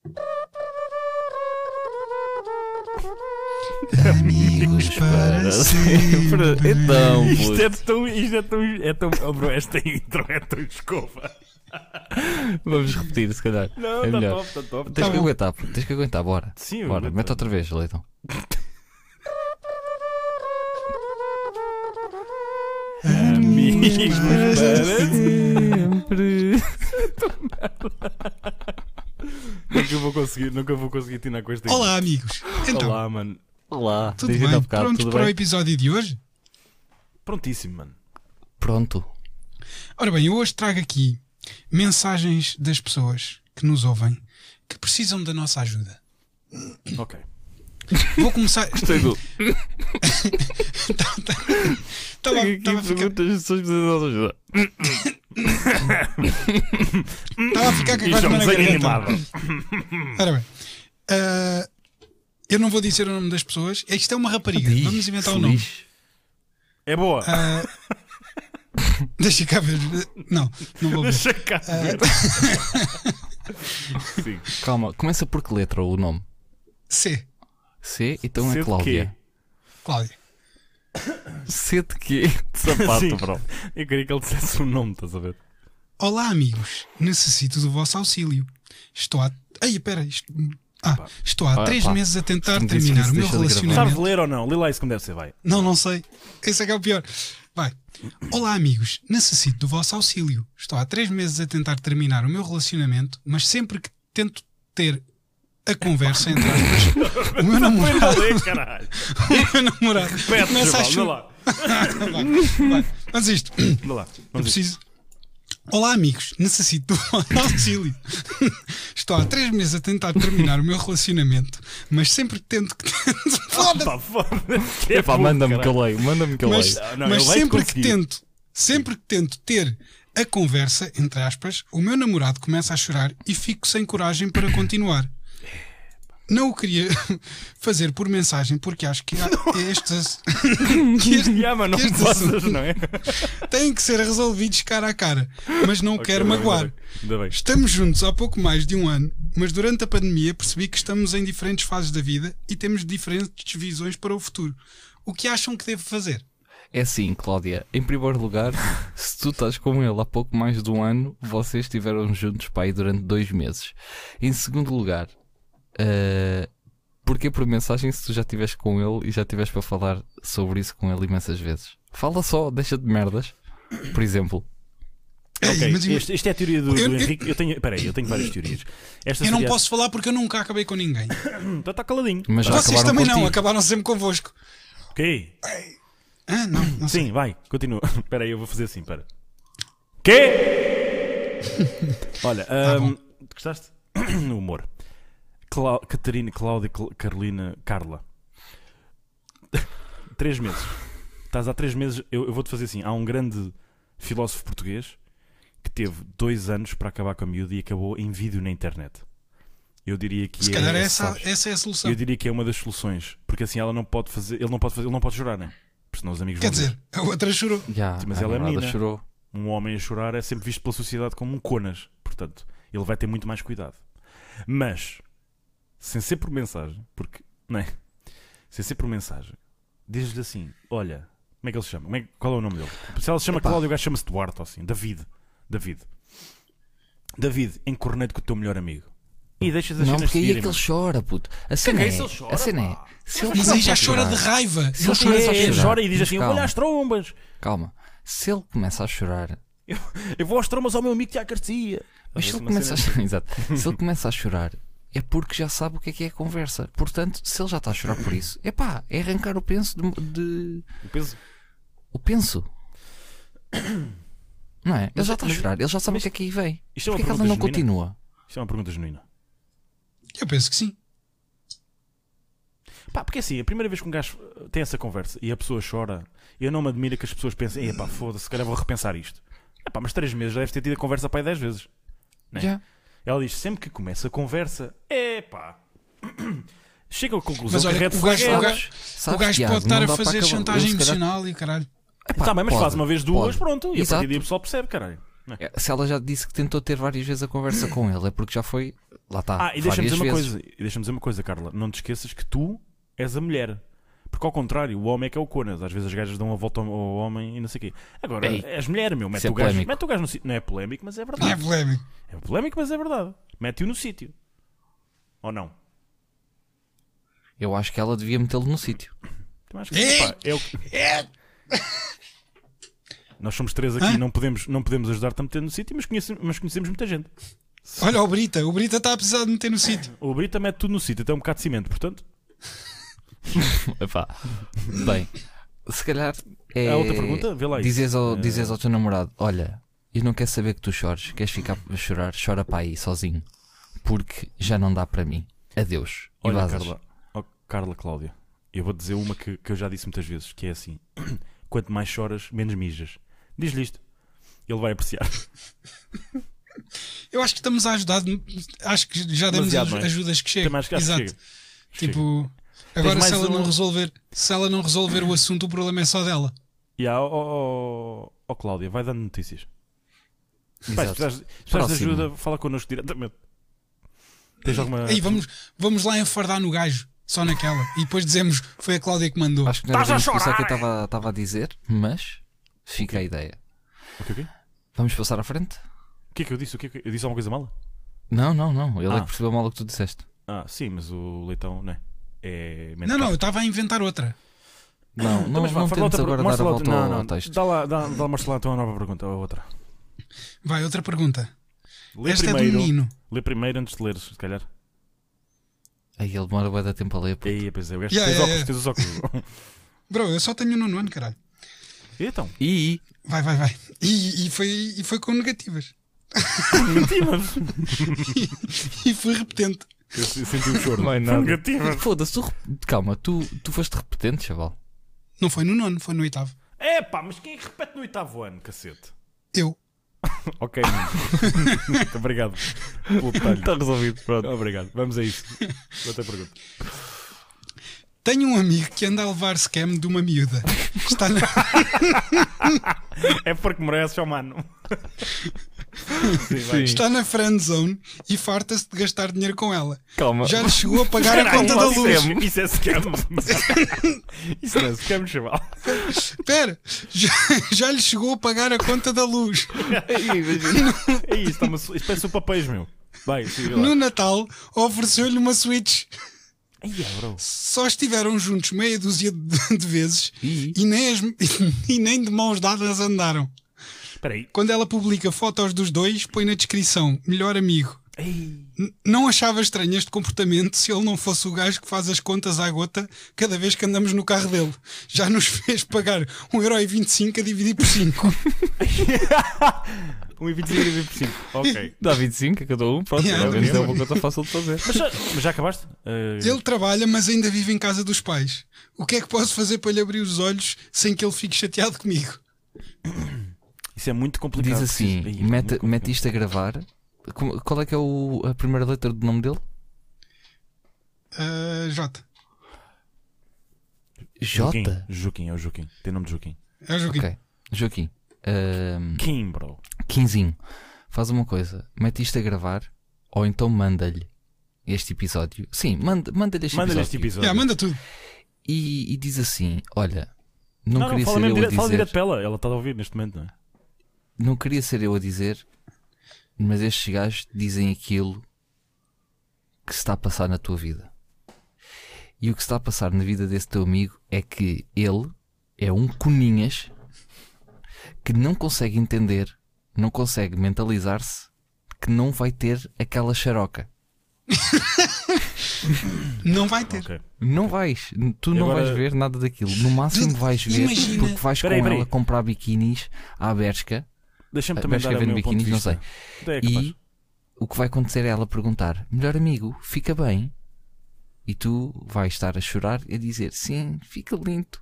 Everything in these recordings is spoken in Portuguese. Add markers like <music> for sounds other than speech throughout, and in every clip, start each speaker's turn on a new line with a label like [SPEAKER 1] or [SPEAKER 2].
[SPEAKER 1] <laughs>
[SPEAKER 2] Amigos para
[SPEAKER 1] sempre. Então,
[SPEAKER 3] é Isto
[SPEAKER 1] puto.
[SPEAKER 3] é tão. Isto é tão. É tão oh, bro, esta intro é tão escova.
[SPEAKER 1] Vamos repetir, se calhar.
[SPEAKER 3] Não,
[SPEAKER 1] é
[SPEAKER 3] tá
[SPEAKER 1] melhor.
[SPEAKER 3] top, tá top.
[SPEAKER 1] Tens
[SPEAKER 3] Tá
[SPEAKER 1] que
[SPEAKER 3] bom.
[SPEAKER 1] aguentar, puto. tens que aguentar, bora.
[SPEAKER 3] Sim, eu
[SPEAKER 1] bora,
[SPEAKER 3] aguento.
[SPEAKER 1] mete outra vez,
[SPEAKER 3] <laughs>
[SPEAKER 1] Leitão.
[SPEAKER 3] Amigos é para sempre.
[SPEAKER 1] é Sempre.
[SPEAKER 3] Nunca vou conseguir, nunca vou conseguir tirar com esta
[SPEAKER 2] Olá, amigos. Então,
[SPEAKER 3] Olá, mano.
[SPEAKER 1] Olá,
[SPEAKER 2] tudo
[SPEAKER 1] diz-lhe há
[SPEAKER 2] bem?
[SPEAKER 1] bocado,
[SPEAKER 2] Prontos
[SPEAKER 1] tudo
[SPEAKER 2] para o
[SPEAKER 1] bem?
[SPEAKER 2] episódio de hoje?
[SPEAKER 3] Prontíssimo, mano.
[SPEAKER 1] Pronto.
[SPEAKER 3] Tá,
[SPEAKER 2] Ora bem, eu hoje trago aqui mensagens das pessoas que nos ouvem que precisam da nossa ajuda.
[SPEAKER 3] Ok.
[SPEAKER 2] Vou começar. Tá,
[SPEAKER 1] Gostei
[SPEAKER 2] <laughs>
[SPEAKER 1] do.
[SPEAKER 3] tá,
[SPEAKER 2] Estava estava a ficar-
[SPEAKER 1] as pessoas precisam de ajuda.
[SPEAKER 2] estava a ficar com a
[SPEAKER 3] Isto é
[SPEAKER 2] guarda
[SPEAKER 3] um
[SPEAKER 2] na
[SPEAKER 3] desenho
[SPEAKER 2] garganta.
[SPEAKER 3] animado.
[SPEAKER 2] Ora bem. Ah, eu não vou dizer o nome das pessoas. Isto é uma rapariga. Vamos
[SPEAKER 1] um
[SPEAKER 2] inventar o nome.
[SPEAKER 3] É boa. <laughs>
[SPEAKER 2] Ah, <laughs> deixa cá ver. Não, não vou ver.
[SPEAKER 3] Deixa cá
[SPEAKER 2] ah,
[SPEAKER 3] ver. Sim.
[SPEAKER 1] Calma, começa por que letra o nome?
[SPEAKER 2] C.
[SPEAKER 1] C, então
[SPEAKER 3] Cedo
[SPEAKER 1] é
[SPEAKER 3] quê?
[SPEAKER 1] Cláudia.
[SPEAKER 2] Cláudia.
[SPEAKER 1] C de quê? <laughs> De
[SPEAKER 3] Sim.
[SPEAKER 1] sapato, bro.
[SPEAKER 3] Eu queria que ele dissesse o nome, estás a ver?
[SPEAKER 2] Olá, amigos. Necessito do vosso auxílio. Estou há. Ai, espera. Isto... Ah, estou há
[SPEAKER 1] Ah,
[SPEAKER 2] três
[SPEAKER 1] pá.
[SPEAKER 2] meses a tentar
[SPEAKER 1] Se me dizes
[SPEAKER 2] terminar
[SPEAKER 1] isso,
[SPEAKER 2] o meu
[SPEAKER 1] deixa de gravar.
[SPEAKER 2] relacionamento.
[SPEAKER 3] Sabes ler ou não? Lê lá isso como deve ser,
[SPEAKER 2] <laughs>
[SPEAKER 3] vai.
[SPEAKER 2] Não, não sei. Esse é que é o pior. Vai. Olá, amigos. Necessito do vosso auxílio. Estou há três meses a tentar terminar o meu relacionamento, mas sempre que tento ter a conversa entre aspas, o meu
[SPEAKER 3] Foi
[SPEAKER 2] namorado,
[SPEAKER 3] não ler, caralho.
[SPEAKER 2] <laughs> o meu namorado
[SPEAKER 3] Pede,
[SPEAKER 2] começa a
[SPEAKER 3] Joval, vê
[SPEAKER 2] chorar.
[SPEAKER 3] lá.
[SPEAKER 2] Vai, vai. Mas isto, eu
[SPEAKER 3] Vê lá. Vamos
[SPEAKER 2] preciso. Olá, amigos. Necessito do <laughs> vosso auxílio. Estou há três meses a tentar terminar o meu relacionamento, mas sempre que tento que tento. <laughs> Foda-se!
[SPEAKER 3] Pá, foda-se.
[SPEAKER 1] Epá,
[SPEAKER 3] burro,
[SPEAKER 1] manda-me que
[SPEAKER 3] caralho.
[SPEAKER 1] eu leio, manda-me que eu
[SPEAKER 2] mas,
[SPEAKER 1] leio.
[SPEAKER 3] Não,
[SPEAKER 2] mas
[SPEAKER 3] ele vai-te
[SPEAKER 2] sempre que
[SPEAKER 3] conseguir.
[SPEAKER 2] tento, sempre que tento ter a conversa, entre aspas, o meu namorado começa a chorar e fico sem coragem para continuar.
[SPEAKER 3] É,
[SPEAKER 2] Não o queria <laughs> fazer por mensagem porque acho que há
[SPEAKER 3] <laughs>
[SPEAKER 2] estas <laughs> que este-
[SPEAKER 3] Ya, mas não
[SPEAKER 2] que este
[SPEAKER 3] possas,
[SPEAKER 2] assunto
[SPEAKER 3] não é?
[SPEAKER 2] têm que ser resolvidos cara a cara, mas não quero
[SPEAKER 3] Ainda bem,
[SPEAKER 2] magoar.
[SPEAKER 3] Ainda bem.
[SPEAKER 2] Estamos juntos há pouco mais de um ano, mas durante a pandemia percebi que estamos em diferentes fases da vida e temos diferentes visões para o futuro. O que acham que devo fazer?
[SPEAKER 1] É assim, Cláudia, em primeiro
[SPEAKER 3] <laughs>
[SPEAKER 1] lugar, se tu estás com ele há pouco mais de um ano, vocês estiveram juntos para aí durante dois meses. Em segundo lugar, ah, porquê por mensagem se tu já estiveste com ele e já estiveste para falar sobre isso com ele imensas vezes? Fala só, deixa de merdas. Por exemplo,
[SPEAKER 2] Ei,
[SPEAKER 3] Ok,
[SPEAKER 2] mas ima-
[SPEAKER 3] este- Isto é a teoria do, do
[SPEAKER 2] Eu- eu-
[SPEAKER 3] Henrique. Eu tenho, peraí, eu tenho várias teorias. Esta
[SPEAKER 2] Eu não
[SPEAKER 3] seria-
[SPEAKER 2] posso falar porque eu nunca acabei com ninguém.
[SPEAKER 3] Então está caladinho.
[SPEAKER 1] mas já
[SPEAKER 2] Vocês
[SPEAKER 1] acabaram
[SPEAKER 2] também
[SPEAKER 1] contigo.
[SPEAKER 2] não, acabaram sempre convosco.
[SPEAKER 3] Ok.
[SPEAKER 2] Ah, não, não sei.
[SPEAKER 3] Sim, vai, continua. <laughs> Espera aí, eu vou fazer assim, espera. Quê?
[SPEAKER 2] <laughs>
[SPEAKER 3] Olha,
[SPEAKER 2] Tá
[SPEAKER 3] ahm, gostaste? <coughs> o humor. Clau- Catarina, Cláudia, Cl- Carolina, Carla. <laughs> três meses. Estás há três meses. Eu, eu vou-te fazer assim. Há um grande filósofo português que teve dois anos para acabar com a miúda e acabou em vídeo na internet. Eu diria que
[SPEAKER 2] Se
[SPEAKER 3] é,
[SPEAKER 2] calhar essa,
[SPEAKER 3] sabes?
[SPEAKER 2] essa é a solução.
[SPEAKER 3] Eu diria que é uma das soluções, porque assim ela não pode fazer, ele não pode fazer, ele não pode chorar, né? Porque senão os amigos
[SPEAKER 2] Quer
[SPEAKER 3] vão ver.
[SPEAKER 2] dizer,
[SPEAKER 1] é?
[SPEAKER 2] a outra chorou.
[SPEAKER 1] Já,
[SPEAKER 3] Mas
[SPEAKER 1] a
[SPEAKER 3] ela é
[SPEAKER 1] namorada
[SPEAKER 3] menina.
[SPEAKER 1] chorou.
[SPEAKER 3] um homem a chorar é sempre visto pela sociedade como um conas, portanto, ele vai ter muito mais cuidado. Mas sem ser por mensagem, porque, né? Sem ser por mensagem. Diz-lhe assim: "Olha, como é que ele se chama? Como é que- qual é o nome dele? Se ela se chama Cláudio, o gajo chama-se Duarte ou assim, David. David. David, encornei-te com o teu melhor amigo. E deixas as
[SPEAKER 1] Não,
[SPEAKER 3] cenas
[SPEAKER 1] porque aí é
[SPEAKER 3] seguirem,
[SPEAKER 1] que ele
[SPEAKER 3] mano.
[SPEAKER 1] chora, puto. A cena é,
[SPEAKER 3] Caguei se ele chora,
[SPEAKER 1] a cena é,
[SPEAKER 3] pá.
[SPEAKER 1] se ele
[SPEAKER 2] Mas aí já
[SPEAKER 1] começa a
[SPEAKER 2] chora de
[SPEAKER 1] chorar-
[SPEAKER 2] raiva.
[SPEAKER 1] Se ele chora,
[SPEAKER 3] É,
[SPEAKER 1] só
[SPEAKER 3] é,
[SPEAKER 1] chorar.
[SPEAKER 3] chora e diz
[SPEAKER 1] Mas
[SPEAKER 3] assim:
[SPEAKER 1] calma.
[SPEAKER 3] "Olha as trombas.
[SPEAKER 1] Calma, se ele começa a chorar,
[SPEAKER 3] Eu vou às trombas ao meu amigo Tiago
[SPEAKER 1] mas
[SPEAKER 3] Garcia."
[SPEAKER 1] se
[SPEAKER 3] Parece
[SPEAKER 1] ele
[SPEAKER 3] é uma
[SPEAKER 1] começa
[SPEAKER 3] cena assim.
[SPEAKER 1] a chorar, exato,
[SPEAKER 3] <laughs>
[SPEAKER 1] se ele começa a chorar, é porque já sabe o que é que é a conversa. Portanto, se ele já está a chorar por isso, é pá, é arrancar o penso de, de-
[SPEAKER 3] O peso-
[SPEAKER 1] o
[SPEAKER 3] <coughs>
[SPEAKER 1] penso. Não é? Ele já está a
[SPEAKER 3] mas-
[SPEAKER 1] chorar, ele já sabe o que é que aí vem.
[SPEAKER 3] Isto é uma
[SPEAKER 1] Porquê que ela
[SPEAKER 3] pergunta
[SPEAKER 1] não
[SPEAKER 3] genuína?
[SPEAKER 1] continua?
[SPEAKER 3] Isto é uma pergunta genuína.
[SPEAKER 2] Eu penso que sim.
[SPEAKER 3] Pá, porque assim, a primeira vez que um gajo uh, tem essa conversa e a pessoa chora, eu não me admiro que as pessoas pensem, epá, foda-se, se calhar vou repensar isto. Epá, mas três meses já deves ter tido a conversa para aí dez vezes. Né?
[SPEAKER 1] Já.
[SPEAKER 3] Ela diz, sempre que começa a conversa, epá. <clears throat> Chega à conclusão
[SPEAKER 2] Mas
[SPEAKER 3] que
[SPEAKER 2] olha,
[SPEAKER 3] red
[SPEAKER 2] o
[SPEAKER 3] flag
[SPEAKER 2] gajo,
[SPEAKER 3] é-
[SPEAKER 2] o
[SPEAKER 1] Sabes-
[SPEAKER 2] gajo,
[SPEAKER 1] sabes,
[SPEAKER 2] o gajo
[SPEAKER 1] Tiago,
[SPEAKER 2] pode estar
[SPEAKER 1] não dá
[SPEAKER 2] a
[SPEAKER 1] para
[SPEAKER 2] fazer
[SPEAKER 1] acabar.
[SPEAKER 2] chantagem
[SPEAKER 1] Eu, se calhar-
[SPEAKER 2] emocional e o caralho.
[SPEAKER 1] Epá,
[SPEAKER 3] Tá bem, mas
[SPEAKER 1] pode,
[SPEAKER 3] faz uma vez, duas,
[SPEAKER 1] pode.
[SPEAKER 3] pronto. E a
[SPEAKER 1] Exato.
[SPEAKER 3] partir daí o pessoal percebe, caralho. Né?
[SPEAKER 1] É, Se ela já disse que tentou ter várias vezes a conversa com ele, é porque já foi. Lá está.
[SPEAKER 3] Ah, e deixa-me
[SPEAKER 1] várias
[SPEAKER 3] dizer uma
[SPEAKER 1] vezes.
[SPEAKER 3] coisa, e deixa-me dizer uma coisa, Carla. Não te esqueças que tu és a mulher. Porque ao contrário, o homem é que é o conas. Às vezes as gajas dão a volta ao- ao homem e não sei o quê. Agora,
[SPEAKER 1] Ei,
[SPEAKER 3] és mulher, meu. Mete
[SPEAKER 1] é
[SPEAKER 3] o gajo,
[SPEAKER 1] polémico.
[SPEAKER 3] mete o gajo no sítio. Não é polémico, mas é
[SPEAKER 2] É
[SPEAKER 3] verdade.
[SPEAKER 2] polémico.
[SPEAKER 3] É polémico, mas é verdade. Mete-o no sítio. Ou não?
[SPEAKER 1] Eu acho que ela devia metê-lo no sítio.
[SPEAKER 3] Então, acho que-
[SPEAKER 2] Ei!
[SPEAKER 3] Epá, é o que- Nós somos três aqui,
[SPEAKER 2] Hã?
[SPEAKER 3] não podemos, não podemos ajudar-te a meter no sítio, mas, conhece- mas conhecemos muita gente.
[SPEAKER 2] Olha o Brita, o Brita está a precisar de meter no sítio.
[SPEAKER 3] O Brita mete tudo no sítio, até um bocado de cimento, portanto.
[SPEAKER 1] Epá. Bem, se calhar é.
[SPEAKER 3] A outra pergunta, vê lá isso.
[SPEAKER 1] Dizes ao,
[SPEAKER 3] Eh,
[SPEAKER 1] dizes ao teu namorado: Olha, eu não quero saber que tu chores, queres ficar a chorar, chora para aí sozinho, porque já não dá para mim. Adeus. E
[SPEAKER 3] Olha,
[SPEAKER 1] vazas.
[SPEAKER 3] Carla, oh, Carla Cláudia, eu vou dizer uma que, que eu já disse muitas vezes, que é assim: <clears throat> quanto mais choras, menos mijas. Diz-lhe isto. Ele vai
[SPEAKER 2] <laughs>
[SPEAKER 3] apreciar.
[SPEAKER 2] Eu acho que estamos a ajudar. Acho que já demos
[SPEAKER 3] Demasiado,
[SPEAKER 2] aj-
[SPEAKER 3] não é?
[SPEAKER 2] ajudas que
[SPEAKER 3] Também
[SPEAKER 2] chegam.
[SPEAKER 3] acho que acho que
[SPEAKER 2] Exato.
[SPEAKER 3] chega.
[SPEAKER 2] Tipo, agora
[SPEAKER 3] mais um?
[SPEAKER 2] se ela,
[SPEAKER 3] uma?
[SPEAKER 2] não resolver, se ela não resolver o assunto, o problema é só dela.
[SPEAKER 3] E há, oh, oh, oh, Cláudia, vai dando notícias. Pai, se
[SPEAKER 1] Exato.
[SPEAKER 3] precisares se precisares de
[SPEAKER 1] Próximo.
[SPEAKER 3] ajuda, fala connosco diretamente. Tens alguma.
[SPEAKER 2] Aí vamos, vamos lá enfardar no gajo, só naquela. E depois dizemos foi a Cláudia que mandou.
[SPEAKER 1] Acho que não era bem
[SPEAKER 3] Estás a
[SPEAKER 1] isso que eu
[SPEAKER 3] chorar!
[SPEAKER 1] estava estava a dizer, mas fica a ideia.
[SPEAKER 3] O quê, o quê?
[SPEAKER 1] Vamos passar à frente?
[SPEAKER 3] O que é que eu disse? O que é que- Eu disse alguma coisa mala?
[SPEAKER 1] Não, não, não. Ele é
[SPEAKER 3] Ah.
[SPEAKER 1] que percebeu mal o que tu disseste.
[SPEAKER 3] Ah, sim, mas o leitão, não é? É
[SPEAKER 2] Não, não, eu estava a inventar outra.
[SPEAKER 1] Não, não,
[SPEAKER 3] então, mas
[SPEAKER 1] não tentes agora dar a volta ao, ao texto.
[SPEAKER 3] Dá lá, dá, dá mostra lá então a nova pergunta, ou outra.
[SPEAKER 2] Vai, outra pergunta.
[SPEAKER 3] Lê
[SPEAKER 2] Esta é
[SPEAKER 3] primeiro,
[SPEAKER 2] do menino.
[SPEAKER 3] lê primeiro antes de leres, se calhar.
[SPEAKER 1] Aí ele demora bué da tempo a ler. pô.
[SPEAKER 3] E aí, pois é, o gajo
[SPEAKER 2] Yeah, yeah,
[SPEAKER 3] tens óculos, tens os
[SPEAKER 2] <laughs>
[SPEAKER 3] óculos.
[SPEAKER 2] Bro, eu só tenho nono ano, caralho.
[SPEAKER 3] e então?
[SPEAKER 1] E
[SPEAKER 2] Vai, vai, vai. E, e foi, e foi com negativas. <laughs>
[SPEAKER 3] Negativas!
[SPEAKER 2] E foi repetente.
[SPEAKER 3] Eu se- senti o choro.
[SPEAKER 1] Não é
[SPEAKER 3] Foi
[SPEAKER 1] nada.
[SPEAKER 3] Negativas! <laughs>
[SPEAKER 1] foda-se, tu, rep- calma, tu, tu foste repetente, chaval.
[SPEAKER 2] Não foi no nono, foi no oitavo.
[SPEAKER 3] É pá, mas quem é que repete no oitavo ano, cacete?
[SPEAKER 2] Eu.
[SPEAKER 3] Ok, <laughs> menino. Muito obrigado pelo detalhe.
[SPEAKER 1] Está resolvido, pronto.
[SPEAKER 3] Obrigado, vamos a
[SPEAKER 2] <laughs>
[SPEAKER 3] isso. Outra pergunta.
[SPEAKER 2] Tenho um amigo que anda a levar scam de uma miúda. Está na...
[SPEAKER 3] É porque mereces, ó <laughs> mano. Sim, vai.
[SPEAKER 2] Está na friend zone e farta-se de gastar dinheiro com ela.
[SPEAKER 1] Calma.
[SPEAKER 2] Já lhe chegou a pagar a
[SPEAKER 3] Caralho,
[SPEAKER 2] conta da
[SPEAKER 3] isso
[SPEAKER 2] luz.
[SPEAKER 3] é- Isso é scam. <laughs> Isso não é scam, chaval.
[SPEAKER 2] Espera, já, já lhe chegou a pagar a conta da luz.
[SPEAKER 3] É isso, está uma, su- isto parece o papéis, meu. Vai, siga lá.
[SPEAKER 2] No Natal, ofereceu-lhe uma Switch.
[SPEAKER 3] Ai, é, bro.
[SPEAKER 2] Só estiveram juntos meia dúzia de, de vezes
[SPEAKER 1] E?
[SPEAKER 2] e nem, as- <laughs> e nem de mãos dadas andaram.
[SPEAKER 3] Espera aí.
[SPEAKER 2] Quando ela publica fotos dos dois, põe na descrição: melhor amigo.
[SPEAKER 3] Ei.
[SPEAKER 2] N- Não achava estranho este comportamento se ele não fosse o gajo que faz as contas à gota cada vez que andamos no carro dele. Já nos <laughs> fez pagar 1,25€ a dividir por 5.
[SPEAKER 3] 1,25 e 25. Ok.
[SPEAKER 1] Dá 25 a cada um, pronto.
[SPEAKER 2] Yeah.
[SPEAKER 1] pelo menos é uma conta fácil de fazer.
[SPEAKER 3] <laughs> Mas já, mas já acabaste? Eh,
[SPEAKER 2] Ele trabalha, mas ainda vive em casa dos pais. O que é que posso fazer para lhe abrir os olhos sem que ele fique chateado comigo?
[SPEAKER 3] Isso é muito complicado.
[SPEAKER 1] Diz assim,
[SPEAKER 3] Ei, é muito
[SPEAKER 1] mete,
[SPEAKER 3] complicado.
[SPEAKER 1] mete isto a gravar. Como- Qual é que é o- a primeira letra do nome dele?
[SPEAKER 2] Ah, Jota,
[SPEAKER 3] Joaquim.
[SPEAKER 1] J.
[SPEAKER 3] Joaquim, é o Joaquim. Tem nome de Joaquim.
[SPEAKER 2] é o Joaquim.
[SPEAKER 1] Ok, Joaquim. Ahm,
[SPEAKER 3] Kim, bro.
[SPEAKER 1] Quinzinho, faz uma coisa, mete isto a gravar ou então manda-lhe este episódio. Sim, manda- manda-lhe este,
[SPEAKER 3] Manda-lhe este
[SPEAKER 1] episódio.
[SPEAKER 3] episódio.
[SPEAKER 2] Yeah, manda tudo.
[SPEAKER 1] E, e diz assim: Olha, não,
[SPEAKER 3] Não, não,
[SPEAKER 1] queria
[SPEAKER 3] fala,
[SPEAKER 1] ser eu
[SPEAKER 3] mesmo
[SPEAKER 1] a
[SPEAKER 3] direto, fala
[SPEAKER 1] dizer,
[SPEAKER 3] direto para ela. Ela está a ouvir neste momento, não é?
[SPEAKER 1] não queria ser eu a dizer, mas estes gajos dizem aquilo que se está a passar na tua vida. E o que se está a passar na vida desse teu amigo é que ele é um coninhas que não consegue entender, não consegue mentalizar-se que não vai ter aquela xaroca.
[SPEAKER 2] Não vai ter.
[SPEAKER 3] Ok.
[SPEAKER 1] Não vais, tu
[SPEAKER 3] E
[SPEAKER 1] não
[SPEAKER 3] agora-
[SPEAKER 1] vais ver nada daquilo. No máximo vais ver
[SPEAKER 2] Imagina.
[SPEAKER 1] porque vais
[SPEAKER 3] Peraí,
[SPEAKER 1] com
[SPEAKER 3] peraí.
[SPEAKER 1] ela comprar biquinis à Bershka
[SPEAKER 3] Deixa-me
[SPEAKER 1] Ah,
[SPEAKER 3] também
[SPEAKER 1] acho
[SPEAKER 3] dar
[SPEAKER 1] que é
[SPEAKER 3] o
[SPEAKER 1] vendo
[SPEAKER 3] meu ponto de
[SPEAKER 1] biquinis,
[SPEAKER 3] vista.
[SPEAKER 1] não
[SPEAKER 3] Até é capaz.
[SPEAKER 1] e o que vai acontecer é ela perguntar: melhor amigo, fica bem? E tu vais estar a chorar e a dizer: sim, fica lindo,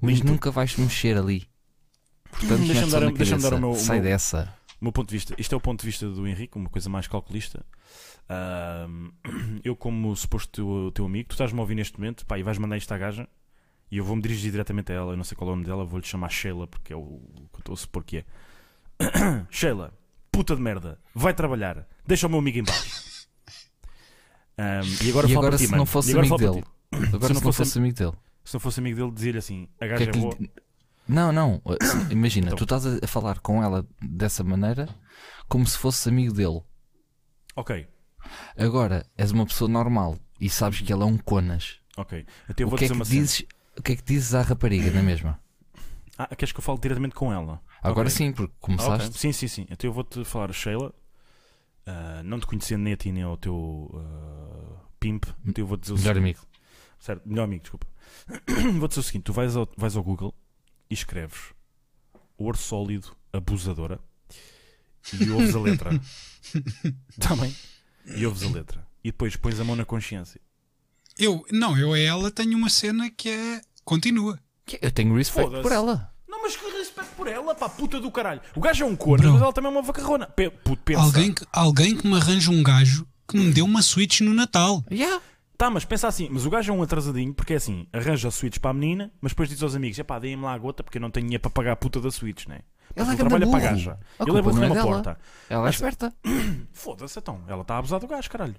[SPEAKER 1] mas
[SPEAKER 3] Lindo.
[SPEAKER 1] nunca vais mexer ali. Portanto,
[SPEAKER 3] Deixa-me
[SPEAKER 1] mete só
[SPEAKER 3] dar- um-
[SPEAKER 1] na
[SPEAKER 3] deixa-me dar o
[SPEAKER 1] cabeça,
[SPEAKER 3] meu- o
[SPEAKER 1] sai
[SPEAKER 3] meu-
[SPEAKER 1] dessa.
[SPEAKER 3] O meu ponto de vista, isto é o ponto de vista do Henrique, uma coisa mais calculista. Ahm, <clears throat> eu, como suposto teu, teu amigo, tu estás-me a ouvir neste momento, pá, e vais mandar isto à gaja, e eu vou-me dirigir diretamente a ela, eu não sei qual é o nome dela, vou-lhe chamar Sheila, porque é o, o que eu estou a supor que é. <clears throat> Sheila, puta de merda, vai trabalhar, deixa o meu amigo em paz. Ahm, e agora
[SPEAKER 1] E
[SPEAKER 3] falo
[SPEAKER 1] agora,
[SPEAKER 3] para ti,
[SPEAKER 1] se
[SPEAKER 3] mano.
[SPEAKER 1] não
[SPEAKER 3] E
[SPEAKER 1] fosse
[SPEAKER 3] agora
[SPEAKER 1] amigo
[SPEAKER 3] falo para
[SPEAKER 1] dele?
[SPEAKER 3] ti.
[SPEAKER 1] Agora, se não fosse amigo dele,
[SPEAKER 3] Se não fosse amigo dele, dizia-lhe assim: a
[SPEAKER 1] que
[SPEAKER 3] gaja
[SPEAKER 1] é
[SPEAKER 3] um é,
[SPEAKER 1] que lhe-
[SPEAKER 3] boa.
[SPEAKER 1] Não, não.
[SPEAKER 3] <coughs>
[SPEAKER 1] eh, Imagina,
[SPEAKER 3] Então.
[SPEAKER 1] tu estás a a falar com ela dessa maneira como se fosses amigo dele.
[SPEAKER 3] Ok,
[SPEAKER 1] Agora, és uma pessoa normal e sabes que ele é um conas.
[SPEAKER 3] ok. Até eu
[SPEAKER 1] O
[SPEAKER 3] vou
[SPEAKER 1] que, é
[SPEAKER 3] dizer
[SPEAKER 1] que
[SPEAKER 3] uma cena.
[SPEAKER 1] dizes, o que é que dizes à rapariga, na mesma?
[SPEAKER 3] Ah, queres que eu fale diretamente com ela?
[SPEAKER 1] Agora
[SPEAKER 3] Ok.
[SPEAKER 1] sim, porque
[SPEAKER 3] Ah, ok.
[SPEAKER 1] começaste.
[SPEAKER 3] Sim, sim, sim. Então eu vou-te falar, Sheila, ah, não te conhecendo nem a ti nem ao teu ah, pimp, então eu vou dizer o
[SPEAKER 1] Melhor amigo.
[SPEAKER 3] Certo, melhor amigo, desculpa. <clears throat> Vou dizer o seguinte: tu vais ao, vais ao Google e escreves ouro sólido abusadora e ouves a letra. Está bem? E ouves a letra. E depois pões a mão na consciência.
[SPEAKER 2] Eu, não, eu a ela tenho uma cena que é. Continua.
[SPEAKER 1] Que- Eu tenho respeito
[SPEAKER 3] Foda-se.
[SPEAKER 1] por ela.
[SPEAKER 3] Não, mas que respeito por ela, pá, puta do caralho. O gajo é um corno,
[SPEAKER 2] Bro.
[SPEAKER 3] mas ela também é uma vacarrona. Pe, puto, pensa.
[SPEAKER 2] Alguém que, alguém que me arranja um gajo que me deu uma Switch no Natal.
[SPEAKER 1] Yeah.
[SPEAKER 3] Tá, mas pensa assim, mas o gajo é um atrasadinho, porque é assim, arranja suítes para a menina, mas depois diz aos amigos, epá, deem-me lá a gota porque eu não tenho dinheiro para pagar a puta da suítes, né? Mas
[SPEAKER 1] Ela é
[SPEAKER 3] ele trabalha
[SPEAKER 1] ganda
[SPEAKER 3] para a
[SPEAKER 1] burro.
[SPEAKER 3] gaja.
[SPEAKER 1] A
[SPEAKER 3] ele
[SPEAKER 1] culpa
[SPEAKER 3] é burro
[SPEAKER 1] não é
[SPEAKER 3] numa
[SPEAKER 1] dela.
[SPEAKER 3] porta.
[SPEAKER 1] Ela é
[SPEAKER 3] Mas-
[SPEAKER 1] esperta.
[SPEAKER 3] Foda-se então, ela está a abusar do gajo, caralho.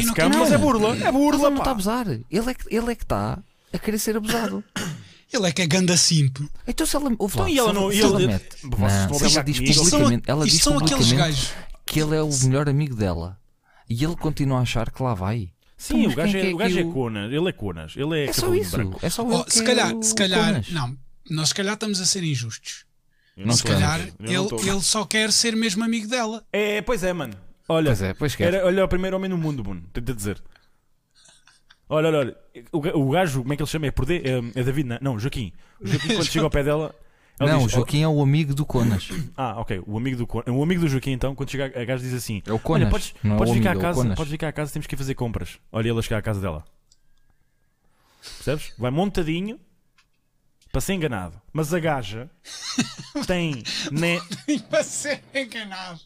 [SPEAKER 3] não é
[SPEAKER 2] o que
[SPEAKER 3] scam,
[SPEAKER 2] não.
[SPEAKER 3] mas é burla, é burla,
[SPEAKER 1] Ela não
[SPEAKER 3] pá.
[SPEAKER 1] está a abusar. Ele é que ele é que está a querer ser abusado.
[SPEAKER 2] Ele é que é ganda simp.
[SPEAKER 1] Então se ela. Ouve lá,
[SPEAKER 3] Então, e ela
[SPEAKER 1] se
[SPEAKER 3] não-
[SPEAKER 1] se
[SPEAKER 3] e ele-
[SPEAKER 1] mete-
[SPEAKER 3] Vocês
[SPEAKER 1] Não,
[SPEAKER 3] estão a
[SPEAKER 1] se ela
[SPEAKER 3] brincar
[SPEAKER 1] diz
[SPEAKER 3] comigo? Isto são-
[SPEAKER 1] publicamente, ela
[SPEAKER 2] Isto
[SPEAKER 1] diz
[SPEAKER 2] são aqueles
[SPEAKER 1] publicamente
[SPEAKER 2] gajos.
[SPEAKER 1] que ele é o melhor amigo dela e ele continua a achar que lá vai.
[SPEAKER 3] Sim,
[SPEAKER 1] Então, mas
[SPEAKER 3] o gajo,
[SPEAKER 1] quem
[SPEAKER 3] é,
[SPEAKER 1] que
[SPEAKER 3] o gajo é
[SPEAKER 1] que o-
[SPEAKER 3] conas, ele é conas, ele é,
[SPEAKER 1] É só
[SPEAKER 3] cavalinho
[SPEAKER 1] isso.
[SPEAKER 3] branco.
[SPEAKER 1] É só
[SPEAKER 2] Oh,
[SPEAKER 1] ele que
[SPEAKER 2] se
[SPEAKER 1] é
[SPEAKER 2] calhar,
[SPEAKER 1] o
[SPEAKER 2] se calhar.
[SPEAKER 1] Conas.
[SPEAKER 2] Não, nós se calhar estamos a ser injustos.
[SPEAKER 3] Eu não
[SPEAKER 2] se
[SPEAKER 3] sou.
[SPEAKER 2] calhar
[SPEAKER 3] Eu não tô.
[SPEAKER 2] ele, ele só quer ser mesmo amigo dela.
[SPEAKER 3] É, pois é, mano. Olha,
[SPEAKER 1] Pois é, pois quer.
[SPEAKER 3] Era, olha, o primeiro homem no mundo, Bruno. Tenta dizer. Olha, olha, olha. O, ga- o gajo, como é que ele chama? É, por D? é, é David, não, não, Joaquim. O Joaquim,
[SPEAKER 1] <laughs>
[SPEAKER 3] quando chega ao pé dela. ela
[SPEAKER 1] Não, o
[SPEAKER 3] diz,
[SPEAKER 1] Joaquim é o amigo do Conas.
[SPEAKER 3] Ah, ok. O amigo do, Con- o amigo do Joaquim, então, quando chega a a gajo, diz assim:
[SPEAKER 1] É o Conas,
[SPEAKER 3] Olha, podes,
[SPEAKER 1] não é o
[SPEAKER 3] podes ficar
[SPEAKER 1] amigo, é o
[SPEAKER 3] à casa,
[SPEAKER 1] Conas."
[SPEAKER 3] podes ficar à casa, temos que ir fazer compras. Olha, ele a chegar à casa dela. Percebes? Vai montadinho para ser enganado. Mas a
[SPEAKER 1] <laughs>
[SPEAKER 3] gaja tem. Né,
[SPEAKER 2] Para ser enganado.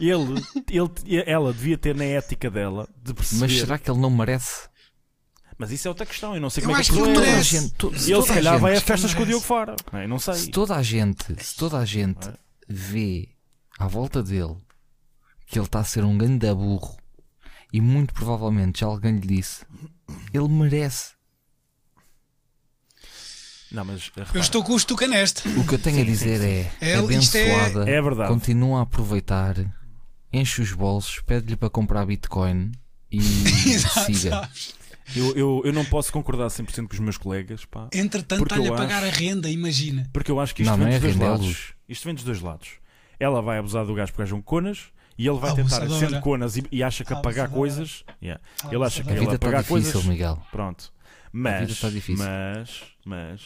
[SPEAKER 3] Ele, ele- ela devia ter na ética dela de perceber.
[SPEAKER 1] Mas será que ele não merece?
[SPEAKER 3] Mas isso é outra questão. Eu não sei
[SPEAKER 2] Eu
[SPEAKER 3] como é
[SPEAKER 2] acho
[SPEAKER 3] que
[SPEAKER 2] que
[SPEAKER 3] aquilo
[SPEAKER 2] ele
[SPEAKER 3] é.
[SPEAKER 1] Toda a
[SPEAKER 2] merece.
[SPEAKER 1] gente, to- se
[SPEAKER 3] Ele
[SPEAKER 1] toda
[SPEAKER 3] se
[SPEAKER 1] a
[SPEAKER 3] calhar
[SPEAKER 1] gente-
[SPEAKER 3] vai a
[SPEAKER 2] acho que
[SPEAKER 3] festas
[SPEAKER 2] ele
[SPEAKER 3] com o Diogo
[SPEAKER 2] merece.
[SPEAKER 3] Fara. Não, eu não sei.
[SPEAKER 1] se toda a gente, se toda a gente
[SPEAKER 3] é?
[SPEAKER 1] vê à volta dele que ele está a ser um ganda burro e muito provavelmente já alguém lhe disse, ele merece.
[SPEAKER 3] Não, mas repara,
[SPEAKER 2] Eu estou com o Stuka nesta.
[SPEAKER 1] O que eu tenho a dizer é,
[SPEAKER 2] É, isto é-
[SPEAKER 1] abençoada,
[SPEAKER 3] é verdade.
[SPEAKER 1] continua a aproveitar, enche os bolsos, pede-lhe para comprar Bitcoin
[SPEAKER 3] <laughs>
[SPEAKER 1] e
[SPEAKER 2] <laughs>
[SPEAKER 1] siga.
[SPEAKER 3] eu, eu, eu não posso concordar 100% com os meus colegas, pá,
[SPEAKER 2] Entretanto,
[SPEAKER 3] Porque
[SPEAKER 2] está-lhe
[SPEAKER 3] eu
[SPEAKER 2] a pagar
[SPEAKER 3] acho-
[SPEAKER 2] a renda, imagina.
[SPEAKER 3] porque eu acho que isto
[SPEAKER 1] Não,
[SPEAKER 3] vem
[SPEAKER 1] não é
[SPEAKER 3] dos dois
[SPEAKER 1] rendê-los.
[SPEAKER 3] lados. Isto vem dos dois lados. Ela vai abusar do gajo porque o gajo é um conas e ele vai tentar,
[SPEAKER 2] Abusadora.
[SPEAKER 3] sendo conas e, e acha que apagar
[SPEAKER 2] Abusadora.
[SPEAKER 3] coisas. Yeah. Ele acha que
[SPEAKER 1] A
[SPEAKER 2] Abusadora.
[SPEAKER 3] ele
[SPEAKER 1] vida está
[SPEAKER 3] apagar
[SPEAKER 1] difícil,
[SPEAKER 3] coisas.
[SPEAKER 1] Miguel.
[SPEAKER 3] Pronto.
[SPEAKER 1] A vida
[SPEAKER 3] Mas,
[SPEAKER 1] está difícil.
[SPEAKER 3] mas, mas,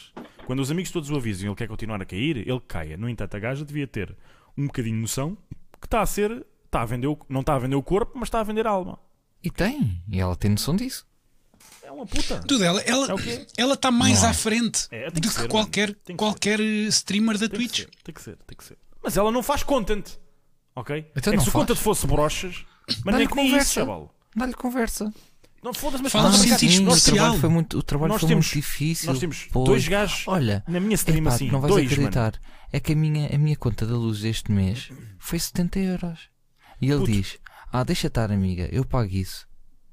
[SPEAKER 3] quando os amigos todos o avisam e ele quer continuar a cair, ele caia. No entanto, a gaja devia ter um bocadinho de noção que está a ser, está a vender o, não está a vender o corpo, mas está a vender a alma.
[SPEAKER 1] E tem, e ela tem noção disso.
[SPEAKER 3] É uma puta.
[SPEAKER 2] Tudo, ela
[SPEAKER 3] É o quê?
[SPEAKER 2] está mais à frente
[SPEAKER 3] É, tem que
[SPEAKER 2] do que,
[SPEAKER 3] ser, mano.
[SPEAKER 2] qualquer,
[SPEAKER 3] Tem que
[SPEAKER 2] qualquer eh, streamer
[SPEAKER 3] Tem
[SPEAKER 2] da
[SPEAKER 3] que
[SPEAKER 2] <laughs> Twitch.
[SPEAKER 3] ser, tem que ser, tem que ser. Mas ela não faz content, ok?
[SPEAKER 1] Então
[SPEAKER 3] é
[SPEAKER 1] não
[SPEAKER 3] que se o
[SPEAKER 1] faz.
[SPEAKER 3] content fosse brochas, mas
[SPEAKER 1] Dá-lhe
[SPEAKER 3] nem que nem
[SPEAKER 1] conversa.
[SPEAKER 3] isso, chaval.
[SPEAKER 1] Dá-lhe conversa.
[SPEAKER 3] Não foda-se, mas
[SPEAKER 2] Fala
[SPEAKER 3] estamos a brincar.
[SPEAKER 2] no sentido
[SPEAKER 1] Ah, sim,
[SPEAKER 3] Nós-
[SPEAKER 1] o
[SPEAKER 2] especial.
[SPEAKER 1] trabalho foi muito, o trabalho
[SPEAKER 3] Nós
[SPEAKER 1] foi
[SPEAKER 3] temos-
[SPEAKER 1] muito difícil.
[SPEAKER 3] nós temos
[SPEAKER 1] Pois.
[SPEAKER 3] dois gajos
[SPEAKER 1] Olha,
[SPEAKER 3] na minha stream,
[SPEAKER 1] epá,
[SPEAKER 3] assim,
[SPEAKER 1] não vais
[SPEAKER 3] dois,
[SPEAKER 1] acreditar. É que a minha, a minha conta da luz deste mês foi 70 euros. E ele
[SPEAKER 3] Puto.
[SPEAKER 1] diz: Ah, deixa estar, amiga, eu pago isso.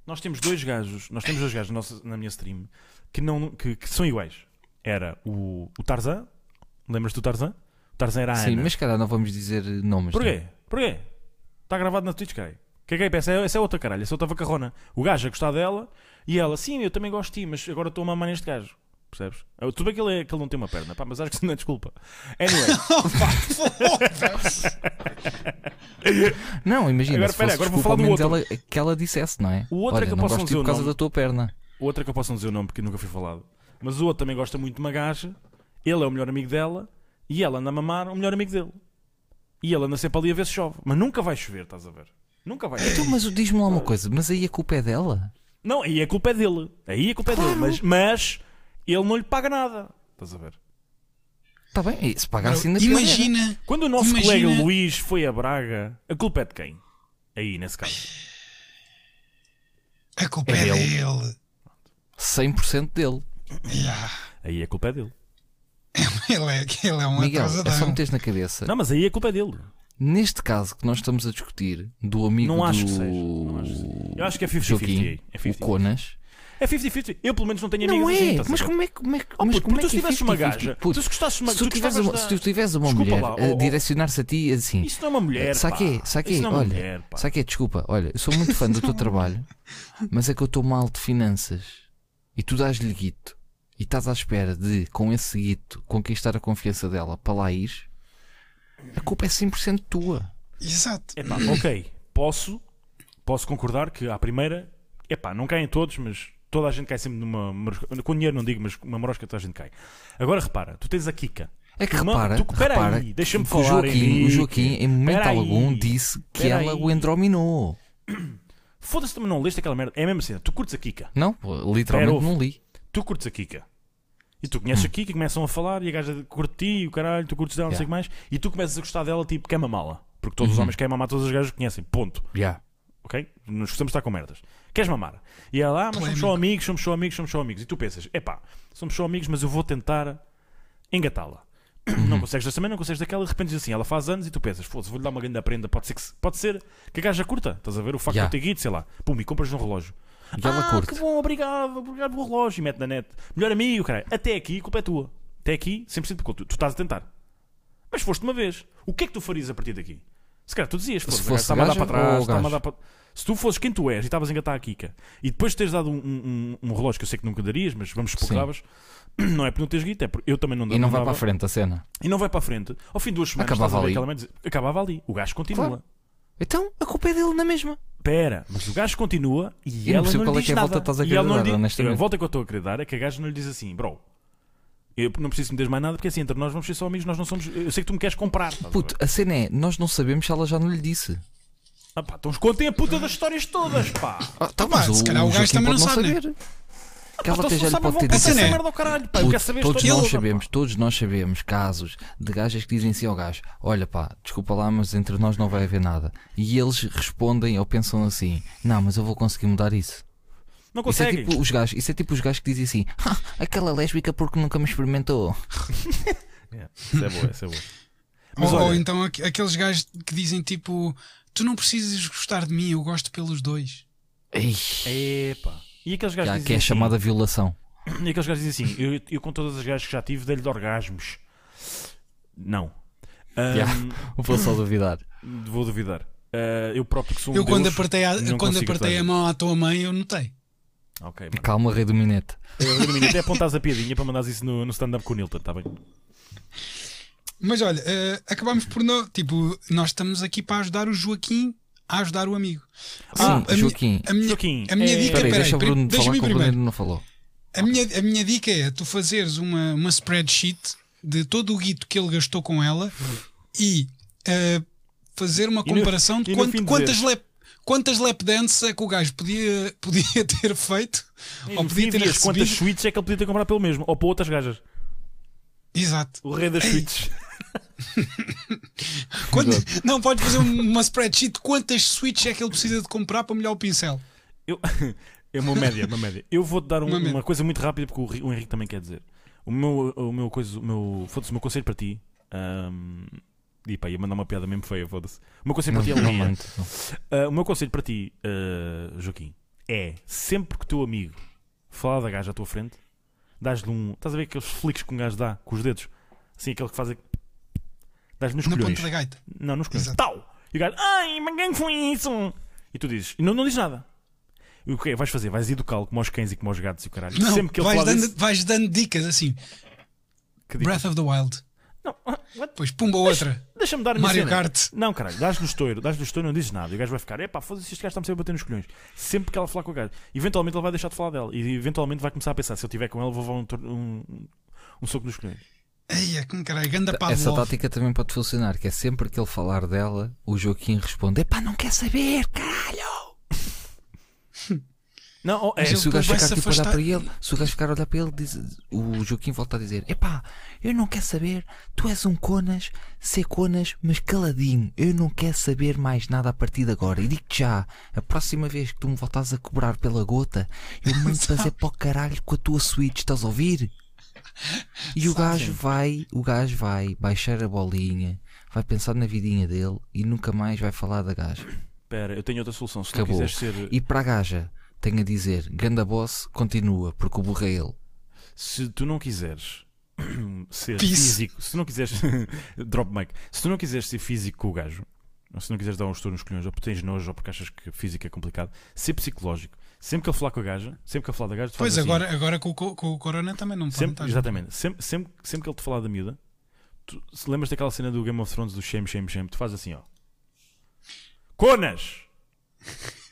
[SPEAKER 3] Nós temos dois gajos, nós temos dois gajos na, nossa- na minha stream que, não, que, que são iguais. Era o, o Tarzan, lembras-te do Tarzan? O Tarzan era a
[SPEAKER 1] Sim,
[SPEAKER 3] Ana.
[SPEAKER 1] mas cara, não vamos dizer nomes. é?
[SPEAKER 3] Ah, Porquê? Porquê? Está Tá gravado na Twitch, cara. Que é que é? Essa é, essa é outra caralho, essa é outra vacarrona. O gajo a gostar dela e ela, sim, eu também gosto de ti, mas agora estou a mamar neste gajo. Percebes? Eu- Tudo bem que ele, é, que ele não tem uma perna, pá, mas acho que isso não é desculpa. Anyway,
[SPEAKER 1] Não, não imagina.
[SPEAKER 3] Agora,
[SPEAKER 1] se
[SPEAKER 3] pera,
[SPEAKER 1] fosse
[SPEAKER 3] agora vou
[SPEAKER 1] desculpa,
[SPEAKER 3] falar do
[SPEAKER 1] ao menos Ela, que ela dissesse, não é?
[SPEAKER 3] O outro
[SPEAKER 1] Olha,
[SPEAKER 3] é que eu
[SPEAKER 1] não
[SPEAKER 3] posso
[SPEAKER 1] gosto de ti
[SPEAKER 3] dizer o
[SPEAKER 1] por causa da
[SPEAKER 3] nome.
[SPEAKER 1] tua perna.
[SPEAKER 3] outra que eu posso não dizer o nome porque nunca fui falado. Mas o outro também gosta muito de uma gaja, ele é o melhor amigo dela e ela anda a mamar o melhor amigo dele. E ele anda sempre ali a ver se chove. Mas nunca vai chover, estás a ver? Nunca vai chover.
[SPEAKER 1] Então, mas diz-me lá uma coisa, mas aí a culpa é dela?
[SPEAKER 3] Não, aí a culpa é dele. Aí a culpa é dele. Mas, mas ele não lhe paga nada. Estás a ver?
[SPEAKER 1] Está bem, e se pagar assim na
[SPEAKER 2] Imagina.
[SPEAKER 3] Quando o nosso
[SPEAKER 2] Imagina-
[SPEAKER 3] colega Luís foi a Braga, a culpa é de quem? Aí, nesse caso.
[SPEAKER 2] A culpa
[SPEAKER 1] É
[SPEAKER 2] é,
[SPEAKER 1] ele.
[SPEAKER 2] dele.
[SPEAKER 1] 100% dele.
[SPEAKER 2] Yeah.
[SPEAKER 3] Aí a culpa é dele.
[SPEAKER 2] Ele, é, ele é um
[SPEAKER 1] Miguel, é só
[SPEAKER 2] atrasadão.
[SPEAKER 1] meteres na cabeça.
[SPEAKER 3] Não, mas aí a culpa é dele.
[SPEAKER 1] Neste caso que nós estamos a discutir, do amigo
[SPEAKER 3] Não acho
[SPEAKER 1] do
[SPEAKER 3] que seja. Não acho que seja. Eu acho que é 50-50
[SPEAKER 1] Joaquim,
[SPEAKER 3] aí. É
[SPEAKER 1] o
[SPEAKER 3] 50-50.
[SPEAKER 1] Conas,
[SPEAKER 3] É 50-50. Eu pelo menos não tenho
[SPEAKER 1] Não
[SPEAKER 3] amigas
[SPEAKER 1] é,
[SPEAKER 3] assim. estás a
[SPEAKER 1] mas
[SPEAKER 3] ver?
[SPEAKER 1] como é que. Como é, que-
[SPEAKER 3] Oh,
[SPEAKER 1] mas
[SPEAKER 3] puto,
[SPEAKER 1] como
[SPEAKER 3] mas
[SPEAKER 1] é
[SPEAKER 3] tu
[SPEAKER 1] que
[SPEAKER 3] se tivesses uma
[SPEAKER 1] 50-50?
[SPEAKER 3] gaja,
[SPEAKER 1] Puto,
[SPEAKER 3] tu se gostasses de uma
[SPEAKER 1] se tu tiveres uma,
[SPEAKER 3] gostavas
[SPEAKER 1] se
[SPEAKER 3] da-
[SPEAKER 1] tu tiveres uma
[SPEAKER 3] Desculpa
[SPEAKER 1] mulher
[SPEAKER 3] lá,
[SPEAKER 1] a
[SPEAKER 3] oh, oh.
[SPEAKER 1] direcionar-se a ti assim.
[SPEAKER 3] Isso não é uma mulher.
[SPEAKER 1] sabe quê?
[SPEAKER 3] pá.
[SPEAKER 1] Sabe quê?
[SPEAKER 3] Isso não é uma
[SPEAKER 1] Olha,
[SPEAKER 3] mulher, pá.
[SPEAKER 1] Sabe que é? Desculpa, olha, eu sou muito fã
[SPEAKER 3] <laughs>
[SPEAKER 1] do teu trabalho, mas é que eu estou mal de finanças e tu dás-lhe guito e estás à espera de, com esse guito, conquistar a confiança dela para lá ir, a culpa é 100% tua.
[SPEAKER 2] Exato.
[SPEAKER 1] Ah, <clears throat>
[SPEAKER 3] Epá, ok, posso, posso concordar que à primeira, epá, não caem todos, mas toda a gente cai sempre numa. marosca- Com dinheiro não digo, mas uma morosca toda a gente cai. Agora repara, tu tens a Kika.
[SPEAKER 1] É que
[SPEAKER 3] Tu ma-
[SPEAKER 1] repara,
[SPEAKER 3] tu- pera
[SPEAKER 1] repara
[SPEAKER 3] aí, deixa-me
[SPEAKER 1] que o
[SPEAKER 3] falar,
[SPEAKER 1] Joaquim, o
[SPEAKER 3] Henrique.
[SPEAKER 1] Joaquim em momento
[SPEAKER 3] Pera aí,
[SPEAKER 1] algum disse que
[SPEAKER 3] pera
[SPEAKER 1] ela
[SPEAKER 3] aí.
[SPEAKER 1] o endrominou.
[SPEAKER 3] Foda-se, também não leste aquela merda. É a mesma cena, tu curtes a Kika.
[SPEAKER 1] Não, pô, literalmente
[SPEAKER 3] Pera, ouve.
[SPEAKER 1] não li.
[SPEAKER 3] Tu curtes a Kika. E tu conheces a Kika, começam a falar e a gaja curte ti, e o caralho, tu curtes dela, não sei o que mais. E tu começas a gostar dela, tipo, queima mala. Porque todos
[SPEAKER 1] Uhum.
[SPEAKER 3] os homens queimam mamar, todas as gajas que conhecem. Ponto.
[SPEAKER 1] Já.
[SPEAKER 3] ok? Nos gostamos de estar com merdas. Queres mamar? E
[SPEAKER 1] é
[SPEAKER 3] ela, ah, mas somos só
[SPEAKER 2] Polémico.
[SPEAKER 3] amigos, somos só amigos, somos só amigos. E tu pensas, epá, somos só amigos, mas eu vou tentar engatá-la.
[SPEAKER 1] Uhum.
[SPEAKER 3] Não consegues desta também, não consegues daquela, de repente diz assim, ela faz anos e tu pensas, foda-se, vou-lhe dar uma grande prenda, pode ser que, se- pode ser que a gaja curta, estás a ver? O facto
[SPEAKER 1] Yeah.
[SPEAKER 3] de eu ter guido, sei lá, pum, e compras um relógio.
[SPEAKER 1] E ela
[SPEAKER 3] ah,
[SPEAKER 1] curte.
[SPEAKER 3] que bom, obrigado, obrigado pelo relógio, e mete na net. Melhor amigo, caralho, até aqui, a culpa é tua. Até aqui, 100% de culpa, tu, tu estás a tentar. Mas foste uma vez. O que é que tu farias a partir daqui? Se calhar tu dizias, foda-se, a gaja
[SPEAKER 1] fosse
[SPEAKER 3] está-me a dar
[SPEAKER 1] gaja
[SPEAKER 3] para trás,
[SPEAKER 1] ou
[SPEAKER 3] está-me a
[SPEAKER 1] gajo?
[SPEAKER 3] dar para... Se tu fosses quem tu és e estavas a engatar a Kika e depois de teres dado um, um- um- um relógio que eu sei que nunca darias, mas vamos supor que
[SPEAKER 1] Sim.
[SPEAKER 3] davas, <clears throat> não é porque não tens guita, é porque eu também não
[SPEAKER 1] E não vai
[SPEAKER 3] dava.
[SPEAKER 1] para a frente a cena.
[SPEAKER 3] E não vai para a frente. Ao fim de duas semanas,
[SPEAKER 1] Acabava
[SPEAKER 3] estás a ver
[SPEAKER 1] ali.
[SPEAKER 3] aquela merda e dizes, acabava ali. O gajo continua.
[SPEAKER 1] Claro. Então a culpa é dele na mesma.
[SPEAKER 3] Pera, mas o gajo continua e
[SPEAKER 1] Eu não
[SPEAKER 3] ela
[SPEAKER 1] percebo
[SPEAKER 3] não
[SPEAKER 1] qual
[SPEAKER 3] lhe
[SPEAKER 1] é que
[SPEAKER 3] diz
[SPEAKER 1] é a
[SPEAKER 3] nada.
[SPEAKER 1] volta que estás a
[SPEAKER 3] E
[SPEAKER 1] querer
[SPEAKER 3] ela não lhe
[SPEAKER 1] dar,
[SPEAKER 3] diz-
[SPEAKER 1] honestamente.
[SPEAKER 3] A volta que eu estou a querer dar é que a gajo não lhe diz assim, bro. Eu não preciso que me des mais nada porque assim, entre nós vamos ser só amigos, nós não somos. Eu sei que tu me queres comprar. estás a ver?
[SPEAKER 1] Puto, a cena é, nós não sabemos se ela já não lhe disse.
[SPEAKER 3] Ah, pá, então contem a puta das histórias todas, pá.
[SPEAKER 1] Ah, tá,
[SPEAKER 2] pá, Então se calhar o gajo
[SPEAKER 1] Joaquim
[SPEAKER 2] também
[SPEAKER 1] pode
[SPEAKER 2] não sabe, né?
[SPEAKER 1] saber. Que ela
[SPEAKER 3] Então,
[SPEAKER 1] até
[SPEAKER 3] se
[SPEAKER 1] já
[SPEAKER 3] não
[SPEAKER 1] lhe
[SPEAKER 3] sabem,
[SPEAKER 1] pode ter
[SPEAKER 3] vão para
[SPEAKER 1] dito
[SPEAKER 2] pensar
[SPEAKER 3] essa
[SPEAKER 2] assim,
[SPEAKER 3] merda ao caralho, pá. Eu
[SPEAKER 1] Puto,
[SPEAKER 3] quero saber a
[SPEAKER 1] todos
[SPEAKER 3] história
[SPEAKER 1] nós
[SPEAKER 3] toda, pá.
[SPEAKER 1] sabemos, todos nós sabemos casos de gajas que dizem assim ao gajo: Olha pá, desculpa lá, mas entre nós não vai haver nada. E eles respondem ou pensam assim: Não, mas eu vou conseguir mudar isso.
[SPEAKER 3] Não
[SPEAKER 1] Isso é
[SPEAKER 3] conseguem.
[SPEAKER 1] tipo os gajos, isso é tipo os gajos que dizem assim: "Ah, aquela lésbica porque nunca me experimentou.
[SPEAKER 3] Yeah, Isso é boa, isso é boa. Mas
[SPEAKER 2] Ou, ou
[SPEAKER 3] olha-
[SPEAKER 2] então aqu- aqueles gajos que dizem tipo: Tu não precisas gostar de mim, eu gosto pelos dois.
[SPEAKER 1] Ei,
[SPEAKER 3] Epá. E aqueles gajos
[SPEAKER 1] já
[SPEAKER 3] dizem
[SPEAKER 1] que é
[SPEAKER 3] assim,
[SPEAKER 1] chamada violação.
[SPEAKER 3] E aqueles gajos dizem assim: eu, eu com todas as gajas que já tive, dei-lhe de orgasmos. Não. Ahm,
[SPEAKER 1] Yeah. <laughs> Vou só duvidar.
[SPEAKER 3] Vou duvidar. Ah, eu próprio que sou um
[SPEAKER 2] eu quando
[SPEAKER 3] deus,
[SPEAKER 2] apertei, a,
[SPEAKER 3] não
[SPEAKER 2] quando
[SPEAKER 3] consigo
[SPEAKER 2] apertei
[SPEAKER 3] aturar.
[SPEAKER 2] a mão à tua mãe, eu notei.
[SPEAKER 3] Ok, mano.
[SPEAKER 1] Calma, rei do minete.
[SPEAKER 3] Eu, Domingos, até apontares a piadinha para mandares isso no, no stand-up com o Nilton, está bem?
[SPEAKER 2] Mas olha, eh, acabámos por não. Tipo, nós estamos aqui para ajudar o Joaquim a ajudar o amigo. Ah,
[SPEAKER 1] Sim,
[SPEAKER 2] a minha-
[SPEAKER 1] Joaquim.
[SPEAKER 2] A minha,
[SPEAKER 3] Joaquim,
[SPEAKER 2] a minha
[SPEAKER 3] é-
[SPEAKER 2] dica.
[SPEAKER 1] Peraí,
[SPEAKER 2] peraí,
[SPEAKER 1] deixa o
[SPEAKER 2] peraí,
[SPEAKER 1] Bruno falar que
[SPEAKER 2] deixa-me
[SPEAKER 1] o
[SPEAKER 2] primeiro.
[SPEAKER 1] Bruno não falou.
[SPEAKER 2] A minha, a minha dica é tu fazeres uma, uma spreadsheet de todo o guito que ele gastou com ela e eh, fazer uma
[SPEAKER 3] E no-
[SPEAKER 2] comparação de
[SPEAKER 3] e no
[SPEAKER 2] quant-
[SPEAKER 3] fim dizer-
[SPEAKER 2] quantas lap, quantas lap dances é que o gajo podia, podia <laughs> ter feito ou
[SPEAKER 3] No
[SPEAKER 2] podia
[SPEAKER 3] fim,
[SPEAKER 2] ter
[SPEAKER 3] vias quantas
[SPEAKER 2] recebido.
[SPEAKER 3] suítes é que ele podia ter comprado pelo mesmo? Ou para outras gajas?
[SPEAKER 2] Exato.
[SPEAKER 3] O rei das suítes.
[SPEAKER 2] Quant- não, podes fazer um- uma spreadsheet de quantas switches é que ele precisa de comprar para melhorar o pincel.
[SPEAKER 3] Eu... <laughs> é uma média, uma média. Eu vou-te dar um-
[SPEAKER 2] Uma média.
[SPEAKER 3] uma coisa muito rápida porque o, Ri- o Henrique também quer dizer. O meu, o meu, coisa, o meu, foda-se, o meu conselho para ti. ahm, E pá, ia mandar uma piada mesmo feia, foda-se. O meu conselho
[SPEAKER 1] Não,
[SPEAKER 3] para ti é
[SPEAKER 1] não,
[SPEAKER 3] Leia.
[SPEAKER 1] mano, não.
[SPEAKER 3] Ah, o meu conselho para ti, ah, Joaquim, é sempre que o teu amigo falar da gaja à tua frente, dás-lhe um. Estás a ver aqueles flicks que um gajo dá com os dedos? Assim, aquele que faz. a- Dás-lhe nos
[SPEAKER 2] Na ponta
[SPEAKER 3] colhões.
[SPEAKER 2] da gaita.
[SPEAKER 3] Não, nos colhões.
[SPEAKER 2] Exato.
[SPEAKER 3] Tal! E o gajo, ai, mas quem foi isso? E tu dizes, e não, não diz nada. E o que é? que Vais fazer? Vais educá-lo como aos cães e como aos gatos e o caralho.
[SPEAKER 2] Não,
[SPEAKER 3] sempre que ele
[SPEAKER 2] vais,
[SPEAKER 3] falar
[SPEAKER 2] dando,
[SPEAKER 3] disso,
[SPEAKER 2] vais dando dicas assim.
[SPEAKER 3] que diz,
[SPEAKER 2] Breath of the Wild.
[SPEAKER 3] Não, ah, what?
[SPEAKER 2] Depois, pumba outra.
[SPEAKER 3] Deixa-me dar a minha
[SPEAKER 2] Mario
[SPEAKER 3] cena.
[SPEAKER 2] Kart.
[SPEAKER 3] Não, caralho, dás-lhe o estouro, dás-lhe o estouro, não dizes nada. E o gajo vai ficar, epá, foda-se, este gajo está-me sempre a bater nos colhões. Sempre que ela falar com o gajo. Eventualmente ele vai deixar de falar dela. E eventualmente vai começar a pensar, se eu estiver com ela, vou levar um, tor- um, um soco nos colhões.
[SPEAKER 2] Eia, como caralho, ganda
[SPEAKER 1] Essa tá
[SPEAKER 2] Pavlov.
[SPEAKER 1] tática também pode funcionar, que é sempre que ele falar dela, o Joaquim responde: Epá, não quer saber, caralho!
[SPEAKER 3] Não, oh, é,
[SPEAKER 2] Mas
[SPEAKER 1] E se o
[SPEAKER 2] depois
[SPEAKER 1] gajo
[SPEAKER 2] vai-se
[SPEAKER 1] ficar tipo a olhar
[SPEAKER 2] afastar.
[SPEAKER 1] para ele, se o gajo ficar a olhar para ele, diz- o Joaquim volta a dizer: Epá, eu não quero saber, tu és um conas, ser conas, mas caladinho, eu não quero saber mais nada a partir de agora. E digo-te já, a próxima vez que tu me voltares a cobrar pela gota, eu
[SPEAKER 2] <laughs>
[SPEAKER 1] mando fazer para o caralho com a tua suíte, estás a ouvir? E o gajo vai, o gajo vai baixar a bolinha, vai pensar na vidinha dele e nunca mais vai falar da gaja.
[SPEAKER 3] Espera, eu tenho outra solução. Se
[SPEAKER 1] Acabou.
[SPEAKER 3] não quiseres ser... eh,
[SPEAKER 1] E para a gaja, tenho a dizer: Ganda Boss, continua, porque o burro é ele.
[SPEAKER 3] Se tu não quiseres <clears throat> ser
[SPEAKER 2] Peace.
[SPEAKER 3] físico, se não quiseres. <laughs> drop mic. Se tu não quiseres ser físico com o gajo, ou se não quiseres dar um estouro nos colhões, ou porque tens nojo, ou porque achas que físico é complicado, ser psicológico. Sempre que ele falar com a gaja, sempre que ele falar da gaja, tu fazes
[SPEAKER 2] Pois
[SPEAKER 3] assim.
[SPEAKER 2] agora, agora com, o co- com o Corona também não pode
[SPEAKER 3] Sempre,
[SPEAKER 2] estar.
[SPEAKER 3] exatamente. Sempre, sempre, sempre que ele te falar da miúda, tu se lembras daquela cena do Game of Thrones do shame, shame, shame, tu fazes assim, ó. Conas!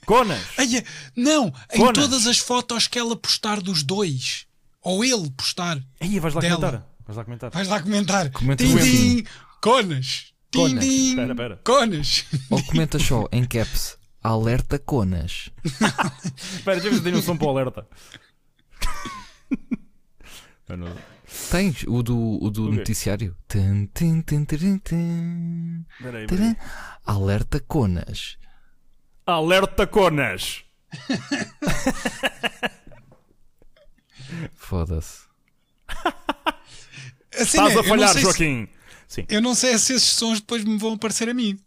[SPEAKER 3] Conas!
[SPEAKER 2] Ai, é- não, em
[SPEAKER 3] Conas.
[SPEAKER 2] todas as fotos que ela postar dos dois, ou ele postar,
[SPEAKER 3] Aí vais lá
[SPEAKER 2] Dela.
[SPEAKER 3] comentar. Vais lá comentar.
[SPEAKER 2] vais lá comentar.
[SPEAKER 1] Comenta
[SPEAKER 2] tim,
[SPEAKER 1] o Enzo.
[SPEAKER 2] tim, Conas. Tim,
[SPEAKER 1] Conas.
[SPEAKER 2] tim,
[SPEAKER 3] um Espera, espera.
[SPEAKER 2] Conas.
[SPEAKER 1] Ou comenta só em caps: Alerta Conas.
[SPEAKER 3] Espera, deixa eu ver se tenho um som para o alerta. Não, não.
[SPEAKER 1] Tens o do, o do
[SPEAKER 3] O quê?
[SPEAKER 1] noticiário? Tum, tum, tum, tum, tum.
[SPEAKER 3] Espera aí,
[SPEAKER 1] Tcharam.
[SPEAKER 3] espera aí.
[SPEAKER 1] Alerta Conas.
[SPEAKER 3] Alerta Conas!
[SPEAKER 1] Foda-se.
[SPEAKER 2] A cena
[SPEAKER 3] Estás
[SPEAKER 2] é,
[SPEAKER 3] a falhar,
[SPEAKER 2] eu não sei se-
[SPEAKER 3] Joaquim! Sim.
[SPEAKER 2] eu não sei se esses sons depois me vão aparecer a mim.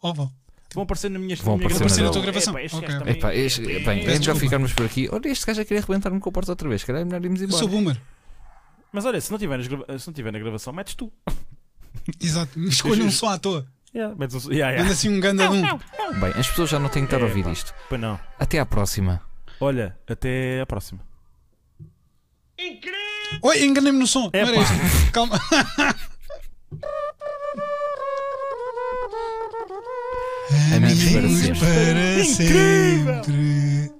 [SPEAKER 2] Ou vão.
[SPEAKER 3] Vão aparecer na minha
[SPEAKER 1] Vão
[SPEAKER 3] na minha
[SPEAKER 1] aparecer na
[SPEAKER 2] tua gravação.
[SPEAKER 3] Epá, este
[SPEAKER 2] Ok,
[SPEAKER 3] gajo
[SPEAKER 2] ok.
[SPEAKER 3] também-
[SPEAKER 1] Epá, este, bem, é melhor
[SPEAKER 2] desculpa.
[SPEAKER 1] ficarmos por aqui. Olha, este gajo a querer arrebentar-me com a porta outra vez. Caralho, melhor irmos
[SPEAKER 2] Eu
[SPEAKER 1] embora.
[SPEAKER 2] sou boomer.
[SPEAKER 3] Mas olha, se não, tiver nas grava- se não tiver na gravação, metes tu. <laughs>
[SPEAKER 2] Exato. Escolho um só à toa.
[SPEAKER 3] Yeah, metes um... yeah,
[SPEAKER 2] Manda
[SPEAKER 3] yeah.
[SPEAKER 2] assim um ganda de um.
[SPEAKER 1] Bem, as pessoas já não têm que estar a ouvir
[SPEAKER 3] Epá.
[SPEAKER 1] isto.
[SPEAKER 3] Pois não.
[SPEAKER 1] Até à próxima.
[SPEAKER 3] Olha, até a próxima.
[SPEAKER 2] Oi, enganei-me no som. Não era
[SPEAKER 3] Epá. <laughs>
[SPEAKER 2] este. Calma.
[SPEAKER 1] Amigos para sempre.
[SPEAKER 2] para sempre.